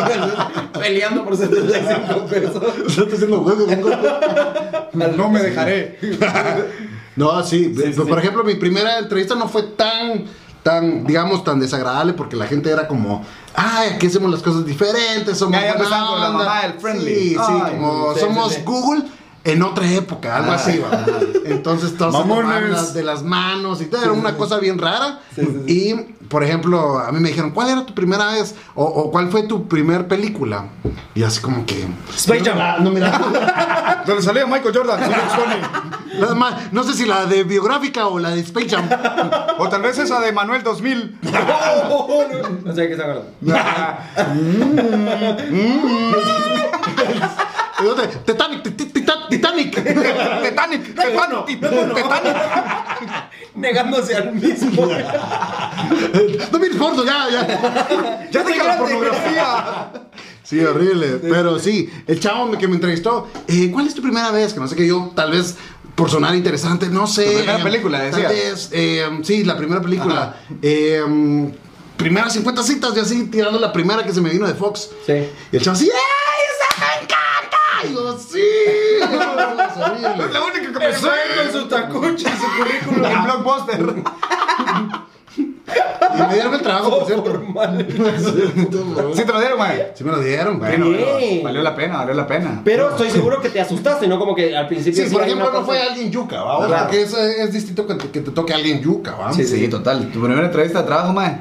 [SPEAKER 1] peleando por 75 pesos.
[SPEAKER 2] Yo estoy haciendo huevos, vengo.
[SPEAKER 3] No me dejaré.
[SPEAKER 2] No, sí. eh, pues,
[SPEAKER 1] Sí, sí,
[SPEAKER 2] por
[SPEAKER 1] sí.
[SPEAKER 2] ejemplo, mi primera entrevista no fue tan, tan, digamos, tan desagradable porque la gente era como, ay, aquí hacemos las cosas diferentes, somos
[SPEAKER 3] Ya, ya
[SPEAKER 2] buena
[SPEAKER 3] empezaron con la
[SPEAKER 2] onda".
[SPEAKER 3] mamá del friendly.
[SPEAKER 2] Sí, sí,
[SPEAKER 3] Ay,
[SPEAKER 2] como
[SPEAKER 1] sí,
[SPEAKER 2] somos
[SPEAKER 1] sí, sí.
[SPEAKER 2] Google en otra época, algo así, va. Entonces todos se
[SPEAKER 3] Mamones.
[SPEAKER 2] tomaban las de las manos y todo, era una cosa bien rara. Y, por ejemplo, a mí me dijeron, ¿cuál era tu primera vez? O, o ¿cuál fue tu primer película? Y así como que...
[SPEAKER 1] Space Jam.
[SPEAKER 2] Ah, No, mira.
[SPEAKER 3] Donde salía Michael Jordan.
[SPEAKER 2] Nada más, no sé si la de biográfica o la de Space Jam.
[SPEAKER 3] O tal vez esa de Manuel (laughs) 2000.
[SPEAKER 1] (laughs) No sé de qué se acuerdan.
[SPEAKER 2] ¿De dónde? Titanic, ti- ti- tita- Titanic.
[SPEAKER 3] Titanic, Titanic, Titanic.
[SPEAKER 1] Negándose al mismo.
[SPEAKER 2] No mires porno, ya,
[SPEAKER 3] (laughs)
[SPEAKER 2] ya.
[SPEAKER 3] Ya
[SPEAKER 1] Estoy
[SPEAKER 3] dije la
[SPEAKER 1] grande.
[SPEAKER 3] pornografía.
[SPEAKER 2] Sí, horrible. Pero sí, el chavo que me entrevistó, eh, ¿cuál es tu primera vez? Que no sé que yo, tal vez por sonar interesante, no sé.
[SPEAKER 3] Tu primera
[SPEAKER 2] eh,
[SPEAKER 3] película,
[SPEAKER 2] tal
[SPEAKER 3] decías.
[SPEAKER 2] vez, eh, sí, la primera película. Eh, primeras 50 citas, yo así tirando la primera que se me vino de Fox.
[SPEAKER 1] (laughs) Sí.
[SPEAKER 2] Y el chavo así, ¡ay, esa me encanta! Y yo, sí. (laughs) Es horrible.
[SPEAKER 3] La única que
[SPEAKER 1] Empezó
[SPEAKER 3] pensó
[SPEAKER 1] con su tacucha y su
[SPEAKER 3] (laughs)
[SPEAKER 1] currículum.
[SPEAKER 3] en Blockbuster.
[SPEAKER 2] Y me dieron el trabajo, por cierto.
[SPEAKER 3] (laughs)
[SPEAKER 1] Formal.
[SPEAKER 3] Sí te lo dieron, mae.
[SPEAKER 2] Sí me lo dieron, güey.
[SPEAKER 3] Bueno,
[SPEAKER 1] Bien.
[SPEAKER 3] pero valió la pena, valió la pena.
[SPEAKER 1] Pero estoy seguro que te asustaste, ¿no? Como que al principio.
[SPEAKER 2] Sí, por
[SPEAKER 1] hay
[SPEAKER 2] ejemplo,
[SPEAKER 1] una
[SPEAKER 2] no fue
[SPEAKER 1] cosa-
[SPEAKER 2] alguien yuca, ¿va?
[SPEAKER 1] Claro.
[SPEAKER 2] Porque eso es, es distinto que te, que te toque alguien yuca, ¿va?
[SPEAKER 3] Sí, sí, total. Tu primera entrevista de trabajo, mae.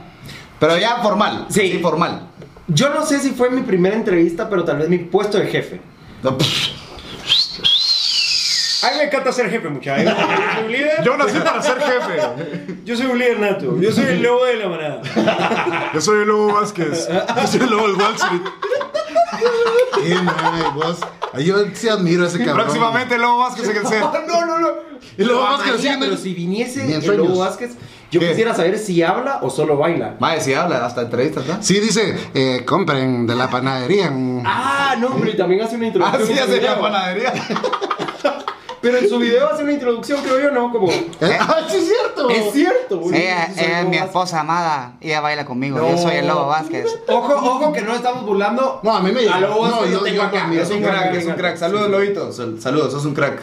[SPEAKER 3] Pero ya formal.
[SPEAKER 1] Sí.
[SPEAKER 3] Sí, formal.
[SPEAKER 1] Yo no sé si fue mi primera entrevista, pero tal vez mi puesto de jefe.
[SPEAKER 3] No, pff.
[SPEAKER 1] A mí me encanta ser jefe, muchachos. Yo soy un líder.
[SPEAKER 3] Yo nací para ser jefe.
[SPEAKER 1] Yo soy un líder nato. Yo soy el lobo de la manada.
[SPEAKER 3] Yo soy el Lobo Vázquez. Yo soy el Lobo del Wall Street.
[SPEAKER 2] Qué mae, vos. Ay, Yo sí admiro a ese cabrón.
[SPEAKER 3] Próximamente el Lobo Vázquez en el set.
[SPEAKER 1] No, no, no.
[SPEAKER 2] Y luego más que
[SPEAKER 1] Amaría,
[SPEAKER 2] siguen
[SPEAKER 1] Pero
[SPEAKER 2] el-
[SPEAKER 1] si
[SPEAKER 2] Ni
[SPEAKER 1] viniese
[SPEAKER 2] en
[SPEAKER 1] el Lobo
[SPEAKER 2] sueños.
[SPEAKER 1] Vázquez, yo
[SPEAKER 3] ¿Qué?
[SPEAKER 1] quisiera saber si habla o solo baila.
[SPEAKER 3] Mae, si habla, hasta entrevistas, ¿no?
[SPEAKER 2] ah? Sí, dice, eh, compren de la panadería. mm.
[SPEAKER 3] ¿Eh?
[SPEAKER 1] Ah, no, pero y también hace una introducción.
[SPEAKER 3] (laughs) Así
[SPEAKER 1] en su
[SPEAKER 3] hace la
[SPEAKER 1] video.
[SPEAKER 3] panadería.
[SPEAKER 1] Pero en su video hace una introducción, creo yo, ¿no? Como.
[SPEAKER 2] ¿Eh? ¡Ah, sí es cierto!
[SPEAKER 1] Es cierto, güey.
[SPEAKER 3] eh,
[SPEAKER 5] Ella,
[SPEAKER 1] Soy
[SPEAKER 5] ella
[SPEAKER 1] Lobo
[SPEAKER 5] es mi
[SPEAKER 1] Vázquez.
[SPEAKER 5] esposa amada. Ella baila conmigo.
[SPEAKER 1] No.
[SPEAKER 5] Yo soy el Lobo Vázquez.
[SPEAKER 1] Ojo, ojo que no estamos burlando.
[SPEAKER 2] No, a mí me llegó.
[SPEAKER 1] A Lobo
[SPEAKER 2] No,
[SPEAKER 1] Vázquez
[SPEAKER 2] yo-
[SPEAKER 1] lo tengo
[SPEAKER 2] yo
[SPEAKER 1] acá.
[SPEAKER 2] conmigo.
[SPEAKER 3] Es un crack, es un crack. Saludos, Lobito. Sal- Saludos, sos un crack.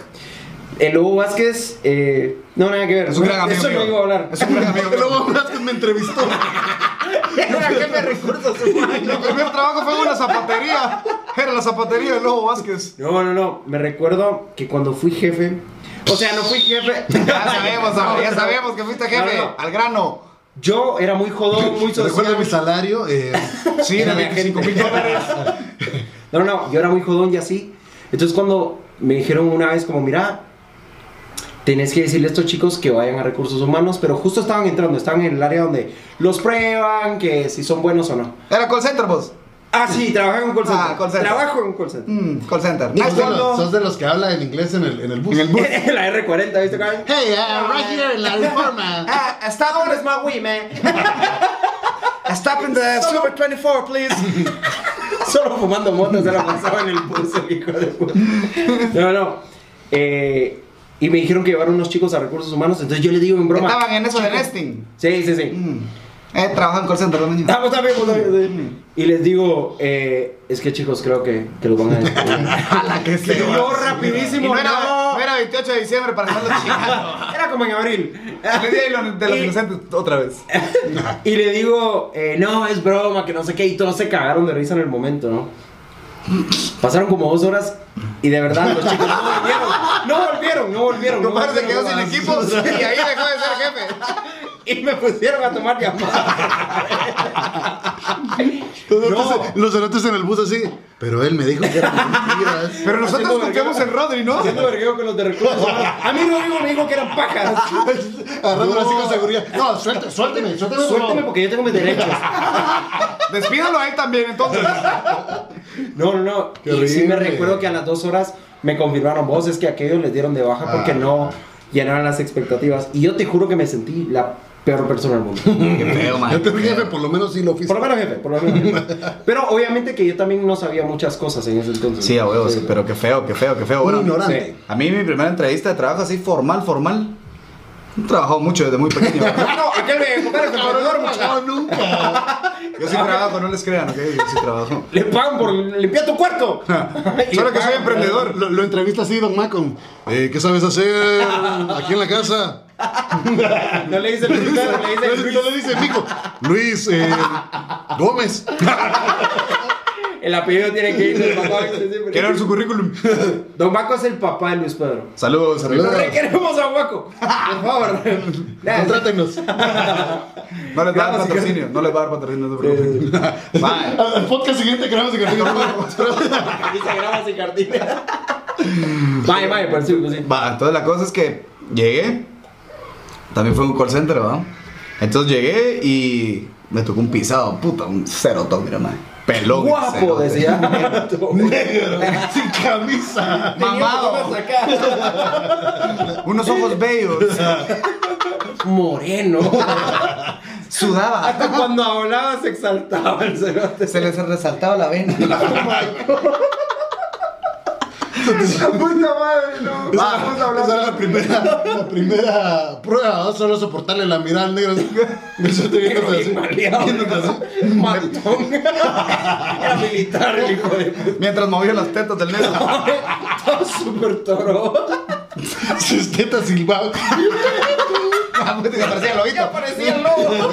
[SPEAKER 1] El Lobo Vázquez, eh, no, nada que ver.
[SPEAKER 3] Es un gran amigo
[SPEAKER 1] Eso no
[SPEAKER 3] mío.
[SPEAKER 1] iba a hablar.
[SPEAKER 3] Es un gran (laughs) amigo mío.
[SPEAKER 2] Luego Vázquez me entrevistó.
[SPEAKER 3] ¿Qué me recuerdas? Mi primer trabajo fue en una zapatería. Era la zapatería del Lobo Vázquez.
[SPEAKER 1] No, no, no. Me recuerdo que cuando fui jefe. O sea, no fui jefe.
[SPEAKER 3] (laughs) Ya sabemos,
[SPEAKER 1] No,
[SPEAKER 3] ya
[SPEAKER 1] no.
[SPEAKER 3] sabemos que fuiste jefe.
[SPEAKER 1] No, no.
[SPEAKER 3] Al grano.
[SPEAKER 1] Yo era muy jodón,
[SPEAKER 3] (laughs)
[SPEAKER 1] muy
[SPEAKER 2] Recuerda mi
[SPEAKER 1] social.
[SPEAKER 2] salario. Eh,
[SPEAKER 3] Sí, de
[SPEAKER 1] Era mi
[SPEAKER 3] 25 mil
[SPEAKER 1] agente.
[SPEAKER 3] dólares.
[SPEAKER 1] No, no, no. Yo era muy jodón y así. Entonces, cuando me dijeron una vez, como, mira, tenés que decirle a estos chicos que vayan a recursos humanos, pero justo estaban entrando, estaban en el área donde los prueban, que si son buenos o no.
[SPEAKER 3] Era call center, vos.
[SPEAKER 1] Ah, sí, trabajo en un call center.
[SPEAKER 3] Ah, call center.
[SPEAKER 1] Trabajo en un call (laughs) center.
[SPEAKER 3] Mm, call center.
[SPEAKER 2] sos, de los,
[SPEAKER 3] Cuando-
[SPEAKER 2] sos de los que habla el inglés en el, en el bus.
[SPEAKER 5] En el bus.
[SPEAKER 1] la R40, ¿viste, cabrón?
[SPEAKER 2] Hey, uh, right here en la reforma.
[SPEAKER 3] Ah, stop on the-
[SPEAKER 1] my man.
[SPEAKER 3] (laughs) Stop in the Super 24, please.
[SPEAKER 1] (laughs) Solo fumando mota se la pasaba en el bus, el hijo de puta. No, no. Eh, y me dijeron que llevaron unos chicos a recursos humanos, entonces yo le digo en broma.
[SPEAKER 3] Estaban en eso de nesting.
[SPEAKER 1] Sí, sí, sí.
[SPEAKER 3] Mm. Eh, trabajan en call center los niños.
[SPEAKER 1] Estamos también, estamos también. Y les digo, eh, es que chicos, creo que, que los
[SPEAKER 3] (laughs)
[SPEAKER 1] van a despedir.
[SPEAKER 3] que
[SPEAKER 1] se yo va. rapidísimo,
[SPEAKER 3] Y no, era,
[SPEAKER 1] no.
[SPEAKER 3] no era 28 de diciembre para estarlo chingando.
[SPEAKER 1] Era como en (laughs) abril.
[SPEAKER 3] El día de los, de los
[SPEAKER 1] Y-
[SPEAKER 3] inocentes otra
[SPEAKER 1] (laughs)
[SPEAKER 3] vez.
[SPEAKER 1] Y le digo, eh, no, es broma, que no sé qué. Y todos se cagaron de risa en el momento, ¿no? Pasaron como dos horas y de verdad los chicos no volvieron. No volvieron, no volvieron. No
[SPEAKER 3] Tu padre se
[SPEAKER 1] volvieron
[SPEAKER 3] quedó sin
[SPEAKER 1] más.
[SPEAKER 3] equipo y ahí dejó de ser jefe.
[SPEAKER 1] Y me pusieron a tomar llamadas. No.
[SPEAKER 2] Los cerotes en el bus así. Pero él me dijo que eran mentiras.
[SPEAKER 3] Pero nosotros
[SPEAKER 1] Haciendo
[SPEAKER 3] confiamos en Rodri, ¿no?
[SPEAKER 1] Haciendo vergueo con los de recursos. humanos. A mí Rodrigo me dijo que eran pajas.
[SPEAKER 3] (laughs)
[SPEAKER 2] Agarrando así con seguridad. No, suéltame, suélteme, suélteme.
[SPEAKER 1] Suélteme porque yo tengo mis derechos.
[SPEAKER 3] Despídalo a él también, entonces.
[SPEAKER 1] No, no, no.
[SPEAKER 2] Qué
[SPEAKER 1] Y sí me
[SPEAKER 2] horrible.
[SPEAKER 1] recuerdo que a las dos horas me confirmaron vos, es que aquellos les dieron de baja
[SPEAKER 3] Ah,
[SPEAKER 1] porque no llenaron las expectativas. Y yo te juro que me sentí la peor persona
[SPEAKER 3] (laughs)
[SPEAKER 1] del mundo.
[SPEAKER 5] Qué feo,
[SPEAKER 2] (laughs)
[SPEAKER 5] man.
[SPEAKER 2] Yo te jefe, por lo menos sí lo
[SPEAKER 1] Por
[SPEAKER 2] oficio.
[SPEAKER 1] lo menos jefe, por lo menos jefe. Pero obviamente que yo también no sabía muchas cosas en ese entonces.
[SPEAKER 3] Sí, a huevos, pero qué feo, qué feo, qué feo.
[SPEAKER 2] Un
[SPEAKER 3] Bueno,
[SPEAKER 2] ignorante.
[SPEAKER 3] a mí mi primera entrevista de trabajo así formal, formal. He trabajado mucho desde muy pequeño.
[SPEAKER 1] Ah, no, aquel me compadre que me
[SPEAKER 2] Cabrón,
[SPEAKER 1] perdonó,
[SPEAKER 2] no
[SPEAKER 1] muchacho.
[SPEAKER 2] pagaba nunca.
[SPEAKER 3] Yo sí trabajo, no les crean, ¿ok? Yo sí trabajo.
[SPEAKER 1] Le pagan por limpiar tu cuarto. Y
[SPEAKER 3] (laughs) Solo
[SPEAKER 1] le
[SPEAKER 3] que soy
[SPEAKER 1] pagan.
[SPEAKER 3] emprendedor.
[SPEAKER 2] Lo, lo entrevista así, don Malcolm. Eh, ¿Qué sabes hacer aquí en la casa?
[SPEAKER 1] No le dice el primero, le dice el
[SPEAKER 2] Yo le dice, mijo, Luis eh, Gómez.
[SPEAKER 1] El apellido tiene que ir del papá. ¿viste? Siempre.
[SPEAKER 3] Quiero ver su currículum.
[SPEAKER 1] Don Baco es el papá de Luis Pedro.
[SPEAKER 3] Saludos,
[SPEAKER 1] No
[SPEAKER 3] amigos.
[SPEAKER 2] Saludos.
[SPEAKER 1] requeremos a Baco. Por
[SPEAKER 3] (laughs)
[SPEAKER 1] favor. Nada,
[SPEAKER 2] Contrátenos.
[SPEAKER 3] No les va a dar
[SPEAKER 1] Vamos,
[SPEAKER 3] patrocinio, no les va a dar patrocinio, no te preocupes. Bye.
[SPEAKER 2] Al al podcast siguiente creamos el capítulo.
[SPEAKER 1] Y se graba sin (laughs) cartina. Vaya, vaya, por sí, pues sí.
[SPEAKER 3] Va, entonces la cosa es que llegué. También fue un call center, ¿va? Entonces llegué y me tocó un pisado, puta, un cerotón, mira, madre. Pelón. el
[SPEAKER 1] Guapo,
[SPEAKER 3] cerote.
[SPEAKER 1] decía.
[SPEAKER 2] Negro, sin camisa.
[SPEAKER 3] Mamado, unos ojos bellos.
[SPEAKER 1] Moreno.
[SPEAKER 3] Sudaba.
[SPEAKER 1] Hasta cuando hablaba se exaltaba el cerote.
[SPEAKER 3] Se les resaltaba la vena.
[SPEAKER 1] La puta madre, no.
[SPEAKER 2] Esa era- esa era la primera, la primera prueba, ¿no? solo soportarle la mirada al negro. (laughs) Eso te viene
[SPEAKER 1] Pero bien
[SPEAKER 2] así. (laughs)
[SPEAKER 1] maleado. (laughs) Matón. Era militar el hijo de puta.
[SPEAKER 3] (laughs) Mientras movía las tetas del (laughs) Ah, negro.
[SPEAKER 1] Todo súper toro.
[SPEAKER 2] Sus tetas silbaban.
[SPEAKER 3] Se pues, aparecía el
[SPEAKER 1] Ya
[SPEAKER 3] ojito.
[SPEAKER 1] parecía el lobo.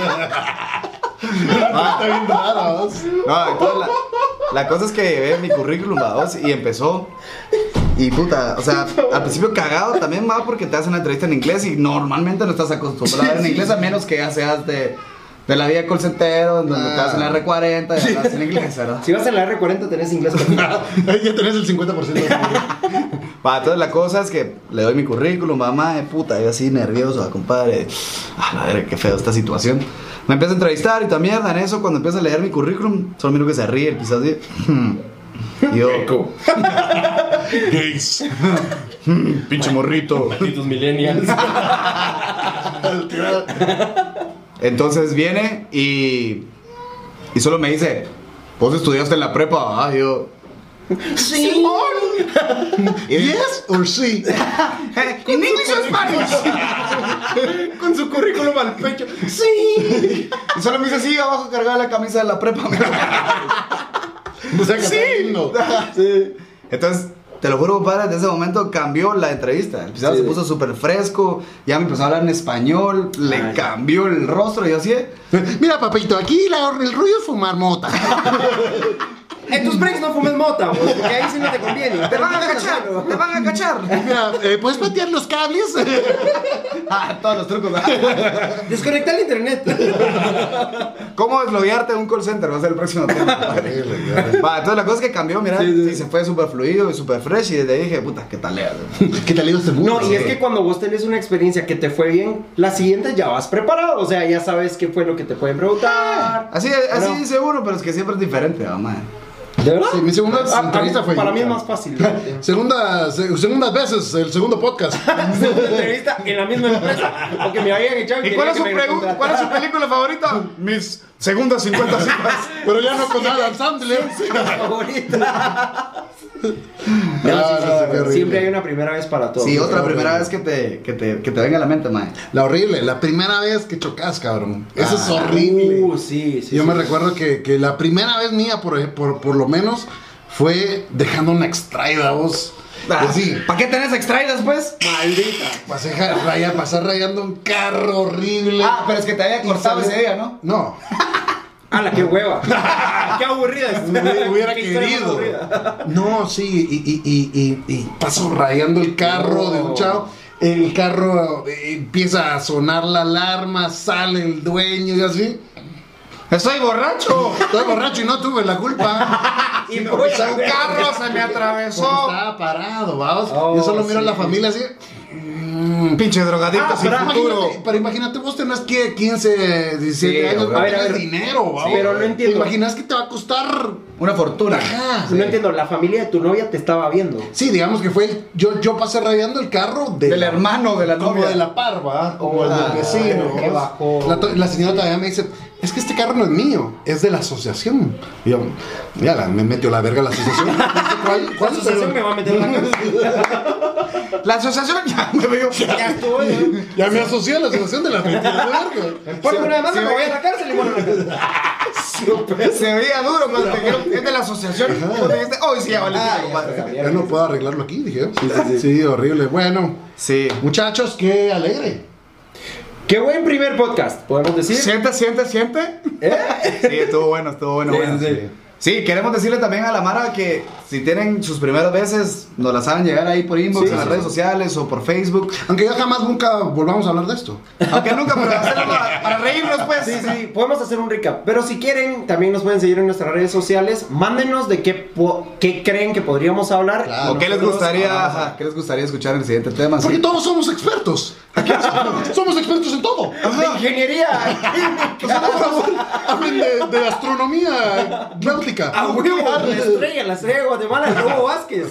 [SPEAKER 2] Ah, Está bien rara, ¿no?
[SPEAKER 3] No, entonces la, la cosa es que llevé mi currículum, vaos, y empezó. Y puta, o sea, al principio cagado también va porque te hacen una entrevista en inglés y normalmente no estás acostumbrado a ver en inglés a menos que ya seas de, de la vía call center, donde te hacen la R40 y hablas en inglés, ¿verdad?
[SPEAKER 1] Si vas en la R40 tenés inglés perfecto.
[SPEAKER 2] Ahí Ah, ya tenés el 50% de
[SPEAKER 3] Va, entonces la cosa es que le doy mi currículum, mamá de puta, yo así nervioso, ah, compadre. A la verga, qué feo esta situación. Me empieza a entrevistar y toda mierda en eso, cuando empieza a leer mi currículum, solo miro que se ríe, el piso así. (laughs) Y yo,
[SPEAKER 2] gays.
[SPEAKER 3] pinche morrito.
[SPEAKER 1] Malditos millennials.
[SPEAKER 3] Entonces viene y, y solo me dice, vos estudiaste en la prepa, ¿verdad?" Y yo, ¡Oh!".
[SPEAKER 2] Sí.
[SPEAKER 1] (laughs)
[SPEAKER 2] Yes or
[SPEAKER 3] (laughs)
[SPEAKER 2] sí.
[SPEAKER 5] Eh, ¿En English o Spanish?
[SPEAKER 1] (laughs) Con su currículum al pecho. Sí.
[SPEAKER 3] Y solo me dice, sí, abajo cargada la camisa de la prepa. (laughs) me dijo.
[SPEAKER 2] O sea, que está lindo.
[SPEAKER 3] Entonces, te lo juro, compadre, desde ese momento cambió la entrevista. El pisado
[SPEAKER 1] Sí.
[SPEAKER 3] se puso súper fresco, ya me empezó a hablar en español, le
[SPEAKER 1] Ay.
[SPEAKER 3] cambió el rostro y así. eh.
[SPEAKER 2] Mira, papito, aquí la- el rollo es fumar mota.
[SPEAKER 1] En tus breaks no fumes mota, güey, porque ahí sí no te conviene.
[SPEAKER 3] ¡Te van a cachar! ¡Te van a cachar!
[SPEAKER 2] Mira, eh, ¿puedes patear los cables?
[SPEAKER 3] (laughs) Ah, todos los trucos. ¿verdad?
[SPEAKER 1] Desconecta el internet.
[SPEAKER 3] ¿Cómo desloguearte de un call center? Va a ser el
[SPEAKER 1] (laughs)
[SPEAKER 3] próximo tema. compadre. Va, entonces la cosa es que cambió, mira,
[SPEAKER 1] Sí, sí,
[SPEAKER 3] y
[SPEAKER 1] sí.
[SPEAKER 3] se fue súper fluido y súper fresh y desde ahí dije, puta, qué talea.
[SPEAKER 2] ¿Qué tal este mundo?
[SPEAKER 1] No, y es que cuando vos tenés una experiencia que te fue bien, la siguiente ya vas preparado. O sea, ya sabes qué fue lo que te pueden
[SPEAKER 2] Ah,
[SPEAKER 1] preguntar.
[SPEAKER 3] Así, así
[SPEAKER 1] Bueno.
[SPEAKER 3] dice uno, pero es que siempre es diferente, mamá.
[SPEAKER 1] ¿De verdad?
[SPEAKER 2] Sí, mi segunda
[SPEAKER 1] Ah,
[SPEAKER 2] entrevista
[SPEAKER 1] para-
[SPEAKER 2] fue.
[SPEAKER 1] Para mí es más fácil.
[SPEAKER 2] (laughs)
[SPEAKER 1] ¿no?
[SPEAKER 2] Segunda, se- segundas veces, el segundo podcast.
[SPEAKER 1] Ah, Segunda entrevista en la misma empresa. Porque me habían echado.
[SPEAKER 3] ¿Y
[SPEAKER 1] querían
[SPEAKER 3] cuál es,
[SPEAKER 1] que
[SPEAKER 3] su
[SPEAKER 1] me
[SPEAKER 3] pregu-
[SPEAKER 1] contrataran.
[SPEAKER 3] cuál es su película favorita? (laughs)
[SPEAKER 1] (laughs)
[SPEAKER 3] Mis segundas 50 citas.
[SPEAKER 2] Pero ya no con Adam
[SPEAKER 1] (laughs)
[SPEAKER 2] Sandler. (laughs)
[SPEAKER 1] favorita.
[SPEAKER 2] Ah, sí, qué horrible.
[SPEAKER 1] Siempre hay una primera vez para todo.
[SPEAKER 3] Sí, otra
[SPEAKER 2] Claro,
[SPEAKER 3] primera
[SPEAKER 2] güey.
[SPEAKER 3] vez que te, que te, que te venga a la mente, mae.
[SPEAKER 2] La horrible, la primera vez que chocas, cabrón. Eso es
[SPEAKER 3] Ah,
[SPEAKER 2] horrible.
[SPEAKER 1] Uh, sí, sí.
[SPEAKER 2] Yo
[SPEAKER 1] sí.
[SPEAKER 2] me recuerdo que, que la primera vez mía, por, por, por lo menos, fue dejando una extraída vos.
[SPEAKER 3] Ah.
[SPEAKER 2] Así,
[SPEAKER 3] Pues ¿Para qué tenés extraídas, pues?
[SPEAKER 1] Maldita.
[SPEAKER 2] pasé ja- raya- pasar rayando un carro horrible.
[SPEAKER 3] Ah, pero es que te había cortado
[SPEAKER 2] Y salió-
[SPEAKER 3] ese día, ¿no?
[SPEAKER 2] No,
[SPEAKER 1] A Ah, la que
[SPEAKER 2] (laughs)
[SPEAKER 1] hueva. qué aburrida es. (laughs)
[SPEAKER 2] hubiera hubiera
[SPEAKER 1] Qué historia más
[SPEAKER 2] querido.
[SPEAKER 1] aburrida.
[SPEAKER 2] No, sí, y, y, y, y, y paso rayando el carro de un chavo. El carro eh, empieza a sonar la alarma, sale el dueño y así.
[SPEAKER 3] ¡Estoy borracho!
[SPEAKER 2] Estoy borracho y no tuve
[SPEAKER 1] (laughs)
[SPEAKER 2] la culpa.
[SPEAKER 1] Y me voy a
[SPEAKER 2] Porque
[SPEAKER 1] la verga.
[SPEAKER 3] se me
[SPEAKER 2] porque
[SPEAKER 3] atravesó!
[SPEAKER 2] Estaba parado, vamos.
[SPEAKER 1] Oh,
[SPEAKER 2] Yo solo miro a la
[SPEAKER 1] sí.
[SPEAKER 2] familia así. mm,
[SPEAKER 3] Pinche drogadicto
[SPEAKER 1] Ah,
[SPEAKER 3] sin
[SPEAKER 1] pero
[SPEAKER 3] futuro.
[SPEAKER 2] Imagínate, pero imagínate, vos tenés que 15, 17
[SPEAKER 3] Sí,
[SPEAKER 2] años,
[SPEAKER 3] a
[SPEAKER 2] no
[SPEAKER 1] ver, a
[SPEAKER 2] tienes
[SPEAKER 1] ver.
[SPEAKER 2] dinero, vamos.
[SPEAKER 1] pero no entiendo.
[SPEAKER 2] ¿Te imaginas que te va a costar?
[SPEAKER 3] Una fortuna.
[SPEAKER 2] Ajá.
[SPEAKER 1] No entiendo, la familia de tu novia te estaba viendo.
[SPEAKER 2] Sí, digamos que fue el, yo, yo pasé rayando el carro de
[SPEAKER 3] Del hermano de la
[SPEAKER 2] como
[SPEAKER 3] novia.
[SPEAKER 2] de la parva, como el
[SPEAKER 1] Ah,
[SPEAKER 2] del vecino.
[SPEAKER 1] qué bajón.
[SPEAKER 2] La, to- la señora todavía me dice, es que este carro no es mío, es de la asociación. Y yo, ya la- me metió la verga la asociación. (laughs) No sé ¿Cuál,
[SPEAKER 1] La
[SPEAKER 2] cuál,
[SPEAKER 1] asociación
[SPEAKER 2] pero-
[SPEAKER 1] me va a meter en la (laughs) cárcel.
[SPEAKER 3] La asociación (laughs) ya me veo.
[SPEAKER 1] Ya estuvo, ¿no?
[SPEAKER 2] Ya me asocié a la asociación de la metidas de verga.
[SPEAKER 1] Ponme una demanda,
[SPEAKER 3] sí,
[SPEAKER 1] me voy a la cárcel y bueno, la cárcel.
[SPEAKER 3] Se veía duro cuando te dijeron, es de la asociación. Y vos dijiste, "Ay, sí, ya vale,
[SPEAKER 1] Ah,
[SPEAKER 3] sí,
[SPEAKER 1] ya
[SPEAKER 3] compadre".
[SPEAKER 1] se sabía.
[SPEAKER 2] Ya no puedo arreglarlo aquí, dije. Sí, sí, horrible. Bueno,
[SPEAKER 3] Sí.
[SPEAKER 2] muchachos, qué alegre.
[SPEAKER 1] Qué buen primer podcast, podemos decir.
[SPEAKER 3] Siente, siente, siente. Sí, estuvo bueno, estuvo bueno.
[SPEAKER 1] ¿Eh? Sí,
[SPEAKER 3] bueno,
[SPEAKER 1] sí,
[SPEAKER 3] sí.
[SPEAKER 1] sí.
[SPEAKER 3] Sí, queremos decirle también a la Mara que si tienen sus primeras veces, nos las saben llegar ahí por inbox,
[SPEAKER 1] Sí,
[SPEAKER 3] en las
[SPEAKER 1] sí,
[SPEAKER 3] redes sociales o por Facebook.
[SPEAKER 2] Aunque ya jamás nunca volvamos a hablar de esto.
[SPEAKER 3] Aunque nunca, pero hacerlo para, para reírnos, pues.
[SPEAKER 1] Sí, sí, podemos hacer un recap. Pero si quieren, también nos pueden seguir en nuestras redes sociales. Mándenos de qué, po- qué creen que podríamos hablar.
[SPEAKER 2] Claro.
[SPEAKER 3] ¿O qué les
[SPEAKER 1] Nosotros-
[SPEAKER 3] gustaría,
[SPEAKER 1] Ah,
[SPEAKER 3] ajá, qué les gustaría escuchar en el siguiente tema?
[SPEAKER 2] Porque
[SPEAKER 3] sí?
[SPEAKER 2] todos somos expertos. Aquí
[SPEAKER 1] (laughs)
[SPEAKER 2] somos- somos expertos en todo.
[SPEAKER 1] de ingeniería.
[SPEAKER 2] O sea, por favor, hablen de, de astronomía náutica.
[SPEAKER 1] (laughs) A huevo. La estrella, la estrella de Guatemala, el Lobo (laughs) Vázquez.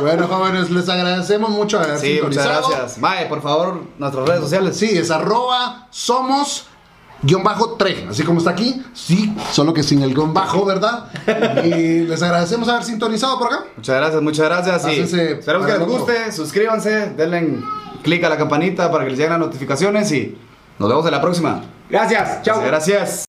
[SPEAKER 2] Bueno, jóvenes, les agradecemos mucho haber
[SPEAKER 3] Sí, muchas
[SPEAKER 2] sintonizado.
[SPEAKER 3] gracias. Mae, por favor, nuestras redes sociales.
[SPEAKER 2] Sí, es arroba somos guión bajo 3, así como está aquí. Sí, solo que sin el guión bajo,
[SPEAKER 3] (laughs)
[SPEAKER 2] ¿verdad? Y les agradecemos haber sintonizado por acá.
[SPEAKER 3] Muchas gracias, muchas gracias. y
[SPEAKER 2] Pásense
[SPEAKER 3] esperamos que
[SPEAKER 2] para
[SPEAKER 3] les
[SPEAKER 2] loco.
[SPEAKER 3] guste. Suscríbanse, denle clic a la campanita para que les lleguen las notificaciones y nos vemos en la próxima.
[SPEAKER 1] Gracias. Chao.
[SPEAKER 3] Gracias.